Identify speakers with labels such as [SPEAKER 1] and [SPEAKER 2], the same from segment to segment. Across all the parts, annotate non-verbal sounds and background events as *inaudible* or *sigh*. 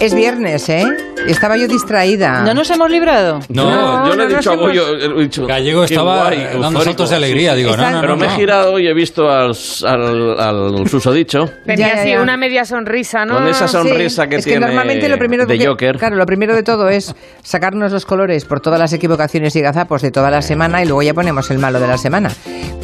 [SPEAKER 1] Es viernes, ¿eh? Estaba yo
[SPEAKER 2] Ah.
[SPEAKER 1] distraída.
[SPEAKER 3] No nos hemos librado.
[SPEAKER 4] No,
[SPEAKER 1] No,
[SPEAKER 4] yo le he
[SPEAKER 1] no
[SPEAKER 4] dicho a
[SPEAKER 1] nos
[SPEAKER 4] Goyo, he dicho,
[SPEAKER 5] Gallego
[SPEAKER 4] qué
[SPEAKER 5] estaba
[SPEAKER 4] guay,
[SPEAKER 5] dando
[SPEAKER 4] eufórico.
[SPEAKER 5] saltos de alegría,
[SPEAKER 4] Sí, sí.
[SPEAKER 5] digo, no,
[SPEAKER 1] Está-
[SPEAKER 5] no, no,
[SPEAKER 4] Pero me he
[SPEAKER 5] no.
[SPEAKER 4] girado y he visto al, al, al susodicho
[SPEAKER 6] Tenía
[SPEAKER 1] Ya, ya,
[SPEAKER 6] así
[SPEAKER 1] ya.
[SPEAKER 6] una media sonrisa, ¿no?
[SPEAKER 4] con esa sonrisa
[SPEAKER 1] Sí,
[SPEAKER 4] que
[SPEAKER 1] es
[SPEAKER 4] tiene
[SPEAKER 1] que normalmente lo primero
[SPEAKER 4] de
[SPEAKER 1] que-
[SPEAKER 4] Joker.
[SPEAKER 1] Claro, lo primero de todo es sacarnos los colores por todas las equivocaciones y gazapos de toda la semana y luego ya ponemos el malo de la semana.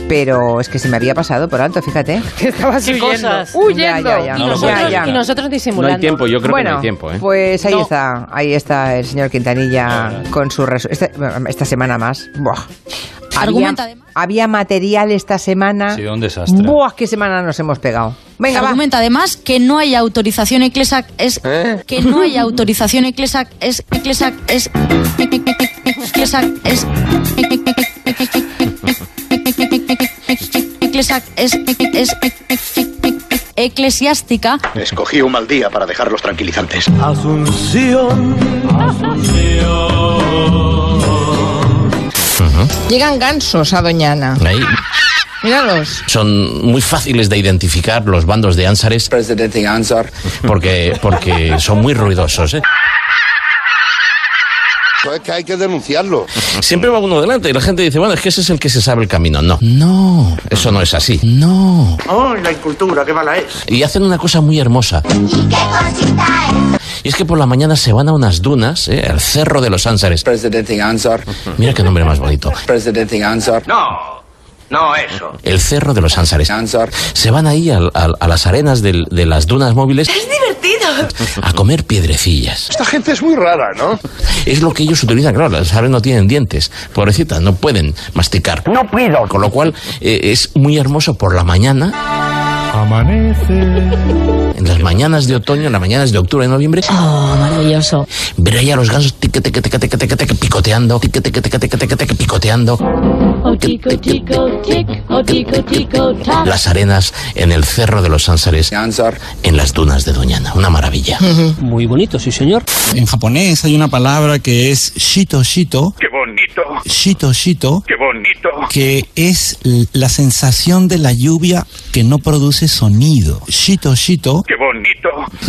[SPEAKER 1] Pero es que se me había pasado por alto, fíjate.
[SPEAKER 6] *laughs*
[SPEAKER 4] Ah,
[SPEAKER 6] Que estabas
[SPEAKER 3] Qué
[SPEAKER 6] huyendo.
[SPEAKER 3] cosas.
[SPEAKER 6] ¡Huyendo!
[SPEAKER 1] Ya, ya, ya.
[SPEAKER 5] No
[SPEAKER 7] Y,
[SPEAKER 5] lo
[SPEAKER 7] nosotros,
[SPEAKER 5] puedo
[SPEAKER 1] Ya, ya.
[SPEAKER 7] y nosotros
[SPEAKER 4] no
[SPEAKER 7] disimulando.
[SPEAKER 4] hay tiempo, yo creo que no hay tiempo. ¿eh?
[SPEAKER 1] Pues ahí
[SPEAKER 3] No.
[SPEAKER 1] está, ahí está el señor
[SPEAKER 4] Ah,
[SPEAKER 1] Quintanilla con su resu- este- bueno, esta semana más. Buah. Había,
[SPEAKER 7] Argumenta además.
[SPEAKER 1] había material esta semana.
[SPEAKER 5] Sí, un desastre.
[SPEAKER 1] Buah, qué semana nos hemos pegado. Venga, va.
[SPEAKER 7] Argumenta además que no hay autorización eclesa es que no hay autorización eclesa es eclesa es eclesa es eclesa es es eclesiástica
[SPEAKER 8] Escogí un mal día para dejar los tranquilizantes.
[SPEAKER 9] Llegan gansos a Doñana.
[SPEAKER 10] Ahí.
[SPEAKER 9] Míralos.
[SPEAKER 10] Son muy fáciles de identificar los bandos de Ansares porque, porque son muy ruidosos. ¿eh?
[SPEAKER 8] Pues es que hay que denunciarlo.
[SPEAKER 10] Siempre va uno delante y la gente dice, bueno, es que ese es el que se sabe el camino. No, no, eso no es así. No.
[SPEAKER 11] Oh, la incultura, qué mala es.
[SPEAKER 10] Y hacen una cosa muy hermosa. Y es que por la mañana se van a unas dunas, ¿eh? al cerro de los Ansares. Mira qué nombre más bonito.
[SPEAKER 11] No, no eso.
[SPEAKER 10] El cerro de los Ansares. Se van ahí al- al- a, las arenas del- de las dunas móviles. ¡Es divertido! A comer piedrecillas.
[SPEAKER 8] Esta gente es muy rara, ¿no?
[SPEAKER 10] Es lo que ellos utilizan, claro, las aves no tienen dientes, pobrecitas, no pueden masticar. No puedo. Con lo cual eh, es muy hermoso por la mañana, en las mañanas de otoño, en las mañanas de octubre y noviembre,
[SPEAKER 7] oh maravilloso
[SPEAKER 10] ver ahí a los gansos tique, tique, tique, tique, tique, tique, picoteando, tique, tique, tique, tique, tique, tique, picoteando. Las arenas en el cerro de los Ánsares, en las dunas de Doñana, una maravilla.
[SPEAKER 11] Muy bonito, sí, señor.
[SPEAKER 5] En japonés hay una palabra que es shito shito. Qué bonito. Shito shito. Qué bonito. Que es l- la sensación de la lluvia que no produce sonido. Shito shito. Qué bonito.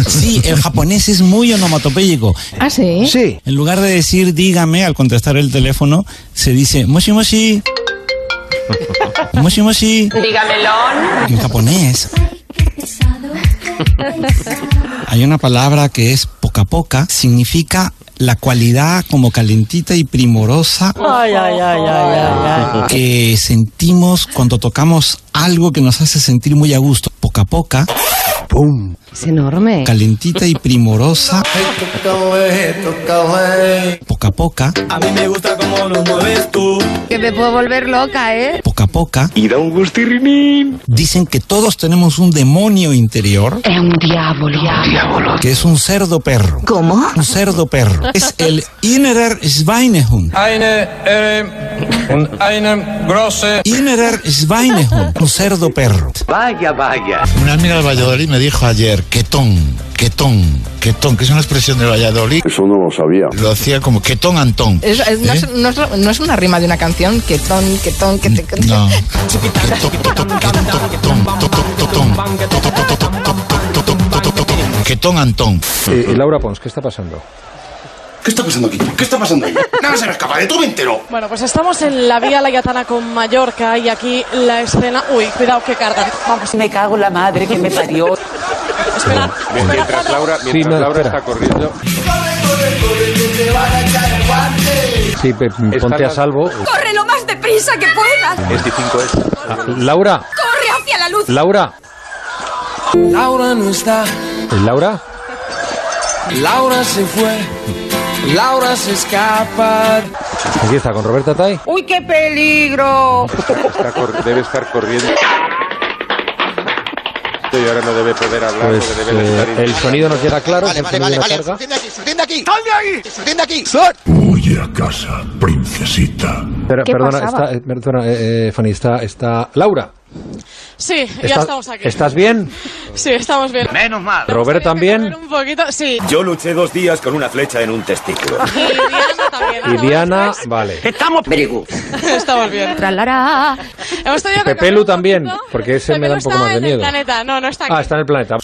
[SPEAKER 5] Sí, el japonés es muy onomatopéyico.
[SPEAKER 9] Ah, sí.
[SPEAKER 11] Sí.
[SPEAKER 5] En lugar de decir dígame al contestar el teléfono, se dice moshi moshi. *laughs* Moshi moshi. Dígamelo. En japonés. Hay una palabra que es poca poca, significa la cualidad como calentita y primorosa
[SPEAKER 3] Ay, ay, ay, ay, ay, ay.
[SPEAKER 5] que sentimos cuando tocamos algo que nos hace sentir muy a gusto. Poca poca, ¡pum!
[SPEAKER 9] Es enorme.
[SPEAKER 5] Calentita y primorosa. Poca poca,
[SPEAKER 9] Que me puedo volver loca, ¿eh?
[SPEAKER 5] poca poca.
[SPEAKER 8] Y da un gustirrinín.
[SPEAKER 5] Dicen que todos tenemos un demonio interior. Es un diablo. Que es un cerdo perro. ¿Cómo? Un cerdo perro. Es el innerer Schweinehund. Innerer Schweinehund. Un cerdo perro.
[SPEAKER 11] Vaya, vaya.
[SPEAKER 8] Un almira del Valladolid me dijo ayer, quetón, quetón, quetón, que es una expresión de Valladolid. Eso no lo sabía. Lo hacía como quetón Antón.
[SPEAKER 9] Es- es- no, es,
[SPEAKER 5] ¿Eh?
[SPEAKER 9] no es- no es una rima de una canción. Que ton, que ton, que te. que te-
[SPEAKER 8] No. Quetón, totón, quetón, totón, totón, totón, totón, totón, totón, totón. Quetón Antón.
[SPEAKER 11] Laura Pons, ¿qué está pasando?
[SPEAKER 8] ¿Qué está pasando aquí? ¿Qué está pasando ahí? Nada se me escapa de todo entero.
[SPEAKER 2] Bueno, pues estamos en la Vía Layatana con Mallorca y aquí la escena... Uy, cuidado que carga. Vamos.
[SPEAKER 3] Me cago en la madre que me parió.
[SPEAKER 2] Espera, espera, Juana.
[SPEAKER 4] Laura,
[SPEAKER 11] mientras Sí, no, Laura espera. está
[SPEAKER 4] corriendo,
[SPEAKER 11] Sí, pe- ponte a salvo.
[SPEAKER 7] corre lo más deprisa que puedas
[SPEAKER 4] 25 es.
[SPEAKER 11] Laura,
[SPEAKER 7] corre hacia la luz
[SPEAKER 11] Laura. Laura no está. Laura? Laura se fue. Laura se escapa. Aquí está con Roberta Tai.
[SPEAKER 1] ¡Uy, qué
[SPEAKER 2] *laughs*
[SPEAKER 1] peligro!
[SPEAKER 4] debe estar corriendo. Y ahora no debe poder hablar
[SPEAKER 11] Pues eh, el sonido nos llega claro. no tiene una carga.
[SPEAKER 8] Voy a casa, princesita.
[SPEAKER 11] Pero-
[SPEAKER 9] ¿Qué
[SPEAKER 11] perdona,
[SPEAKER 9] pasaba?
[SPEAKER 11] está, eh, perdona, eh, eh, Fanny, está, está- Laura.
[SPEAKER 2] Sí, ya
[SPEAKER 11] está-
[SPEAKER 2] estamos aquí.
[SPEAKER 11] ¿Estás bien?
[SPEAKER 2] Sí, estamos bien. Menos mal.
[SPEAKER 11] Robert también.
[SPEAKER 2] Un poquito, sí.
[SPEAKER 11] Yo luché dos días con una flecha en un
[SPEAKER 2] *laughs*
[SPEAKER 11] testículo.
[SPEAKER 2] Y Diana también.
[SPEAKER 11] Y Diana, vale.
[SPEAKER 2] Estamos bien.
[SPEAKER 7] Tralará.
[SPEAKER 2] Hemos tenido que cambiar
[SPEAKER 11] Pepelu también,
[SPEAKER 2] poquito.
[SPEAKER 11] porque ese me
[SPEAKER 2] Pepelu
[SPEAKER 11] da un poco
[SPEAKER 2] está
[SPEAKER 11] más de Ah,
[SPEAKER 2] en el
[SPEAKER 11] miedo.
[SPEAKER 2] planeta. No, no está aquí.
[SPEAKER 11] Ah, está en el planeta.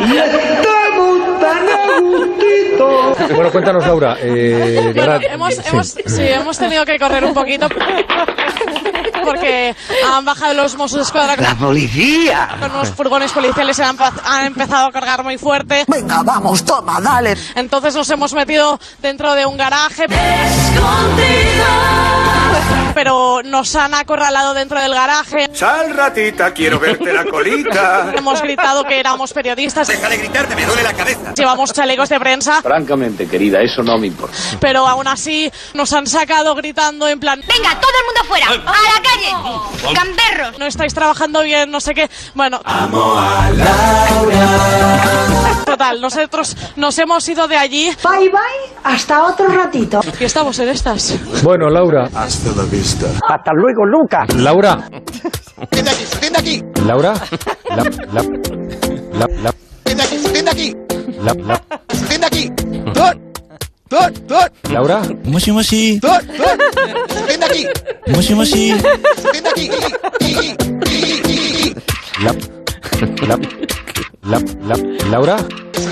[SPEAKER 6] Estamos tan a gustito.
[SPEAKER 11] Bueno, cuéntanos, Laura. eh,
[SPEAKER 2] Bueno,
[SPEAKER 11] Nara-
[SPEAKER 2] hemos,
[SPEAKER 11] sí.
[SPEAKER 2] hemos- sí, hemos tenido que correr un poquito *laughs* porque han bajado los Mossos de Escuadra con,
[SPEAKER 6] policía!
[SPEAKER 2] con unos furgones policiales y han, pa- han empezado a cargar muy fuerte. Venga, vamos, toma, dale. Entonces nos hemos metido dentro de un garaje. Pero nos han acorralado dentro del garaje.
[SPEAKER 12] Sal ratita, quiero verte la colita.
[SPEAKER 2] Hemos gritado que éramos periodistas. Deja de gritarte, me duele la cabeza. Llevamos chalecos de prensa.
[SPEAKER 13] Francamente, querida, eso no me importa.
[SPEAKER 2] Pero aún así nos han sacado gritando en plan ¡Venga, todo el mundo fuera! ¡A la calle! ¡Gamberros! No estáis trabajando bien, no sé qué. Bueno... Total, nosotros nos hemos ido de allí. Bye bye, hasta otro ratito. Y estamos en estas.
[SPEAKER 11] Bueno, Laura. Hasta la vista. Hasta luego, Luca. Laura.
[SPEAKER 2] Vente aquí, vente aquí.
[SPEAKER 11] Laura. La, la, la, la,
[SPEAKER 2] Vente aquí, vente aquí.
[SPEAKER 11] la, la-
[SPEAKER 2] Vente aquí.
[SPEAKER 11] Laura.
[SPEAKER 5] Moshi moshi.
[SPEAKER 2] Vente aquí.
[SPEAKER 5] Moshi
[SPEAKER 11] *laughs*
[SPEAKER 5] moshi.
[SPEAKER 2] Vente aquí.
[SPEAKER 11] La, la, la, la, Laura.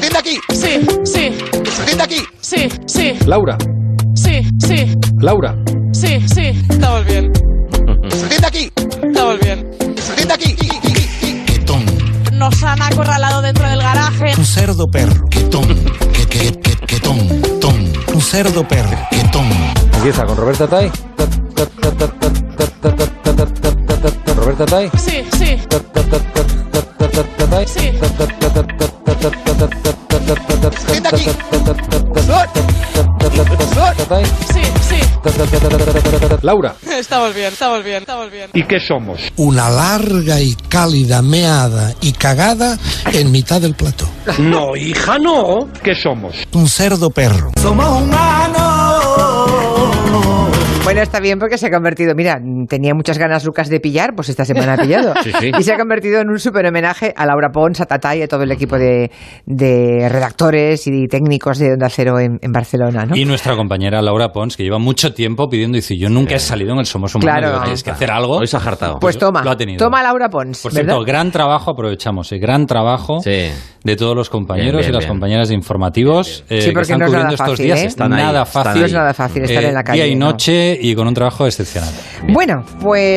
[SPEAKER 2] Vente aquí. Sí, sí. Vente aquí. Sí, sí,
[SPEAKER 11] Laura.
[SPEAKER 2] sí, sí.
[SPEAKER 11] Laura.
[SPEAKER 2] Sí, sí, estamos bien. Vente aquí. Estamos bien. Vente aquí. Nos han acorralado dentro del garaje.
[SPEAKER 5] Un cerdo perro. Que ton. Que, que, que, que ton. Ton. Un cerdo perro. Que ton.
[SPEAKER 11] Empieza con Roberta Tai. Ta- ta- ta- ta- ta- ta- ta- ta- ta- ta- ta- ta- ta- ta- Roberta Tai.
[SPEAKER 2] Sí, sí.
[SPEAKER 11] Ta- ta- ta- ta- ta- ta- ta- ta- Tai. Ta- ta- ta- ta- ta- ta- ta- ta- ta- ta- ta- ta- ta- Tai.
[SPEAKER 2] Sí, sí.
[SPEAKER 11] Ta- ta- ta- ta- ta- ta- ta- ta- ta- Laura.
[SPEAKER 2] Estamos bien, estamos bien, estamos bien.
[SPEAKER 11] ¿Y qué somos?
[SPEAKER 14] Una larga y cálida meada y cagada en mitad del plató.
[SPEAKER 11] No, hija, no. ¿Qué somos?
[SPEAKER 5] Un cerdo perro.
[SPEAKER 1] Somos humanos. Bueno, está bien porque se ha convertido. Mira, tenía muchas ganas Lucas de pillar, pues esta semana ha
[SPEAKER 15] *laughs*
[SPEAKER 1] pillado.
[SPEAKER 16] Sí, sí.
[SPEAKER 1] Y se ha convertido en un súper homenaje a Laura Pons, a Tatá y a todo el equipo de, de redactores y técnicos de Onda Cero en, en Barcelona, ¿no?
[SPEAKER 15] Y nuestra compañera Laura Pons, que lleva mucho tiempo pidiendo, dice, yo nunca he salido en el Somos Humanos,
[SPEAKER 1] Claro.
[SPEAKER 15] digo, tienes que hacer algo. Hoy se ha jartado.
[SPEAKER 1] Pues toma,
[SPEAKER 15] Lo ha tenido.
[SPEAKER 1] toma a Laura Pons,
[SPEAKER 15] Por
[SPEAKER 1] ¿verdad?
[SPEAKER 15] cierto, gran trabajo, aprovechamos, ¿eh? gran trabajo de todos los compañeros
[SPEAKER 1] Bien, bien,
[SPEAKER 15] y las
[SPEAKER 1] bien.
[SPEAKER 15] compañeras de informativos eh,
[SPEAKER 1] Sí,
[SPEAKER 15] que
[SPEAKER 1] porque
[SPEAKER 15] están
[SPEAKER 1] no es
[SPEAKER 15] cubriendo
[SPEAKER 1] nada
[SPEAKER 15] estos
[SPEAKER 1] fácil,
[SPEAKER 15] días.
[SPEAKER 1] ¿eh?
[SPEAKER 15] Están
[SPEAKER 1] Están ahí,
[SPEAKER 15] nada
[SPEAKER 1] están
[SPEAKER 15] fácil.
[SPEAKER 1] ahí. No es nada fácil estar en la calle,
[SPEAKER 15] Día y
[SPEAKER 1] no.
[SPEAKER 15] noche y con un trabajo excepcional.
[SPEAKER 1] Bueno, pues.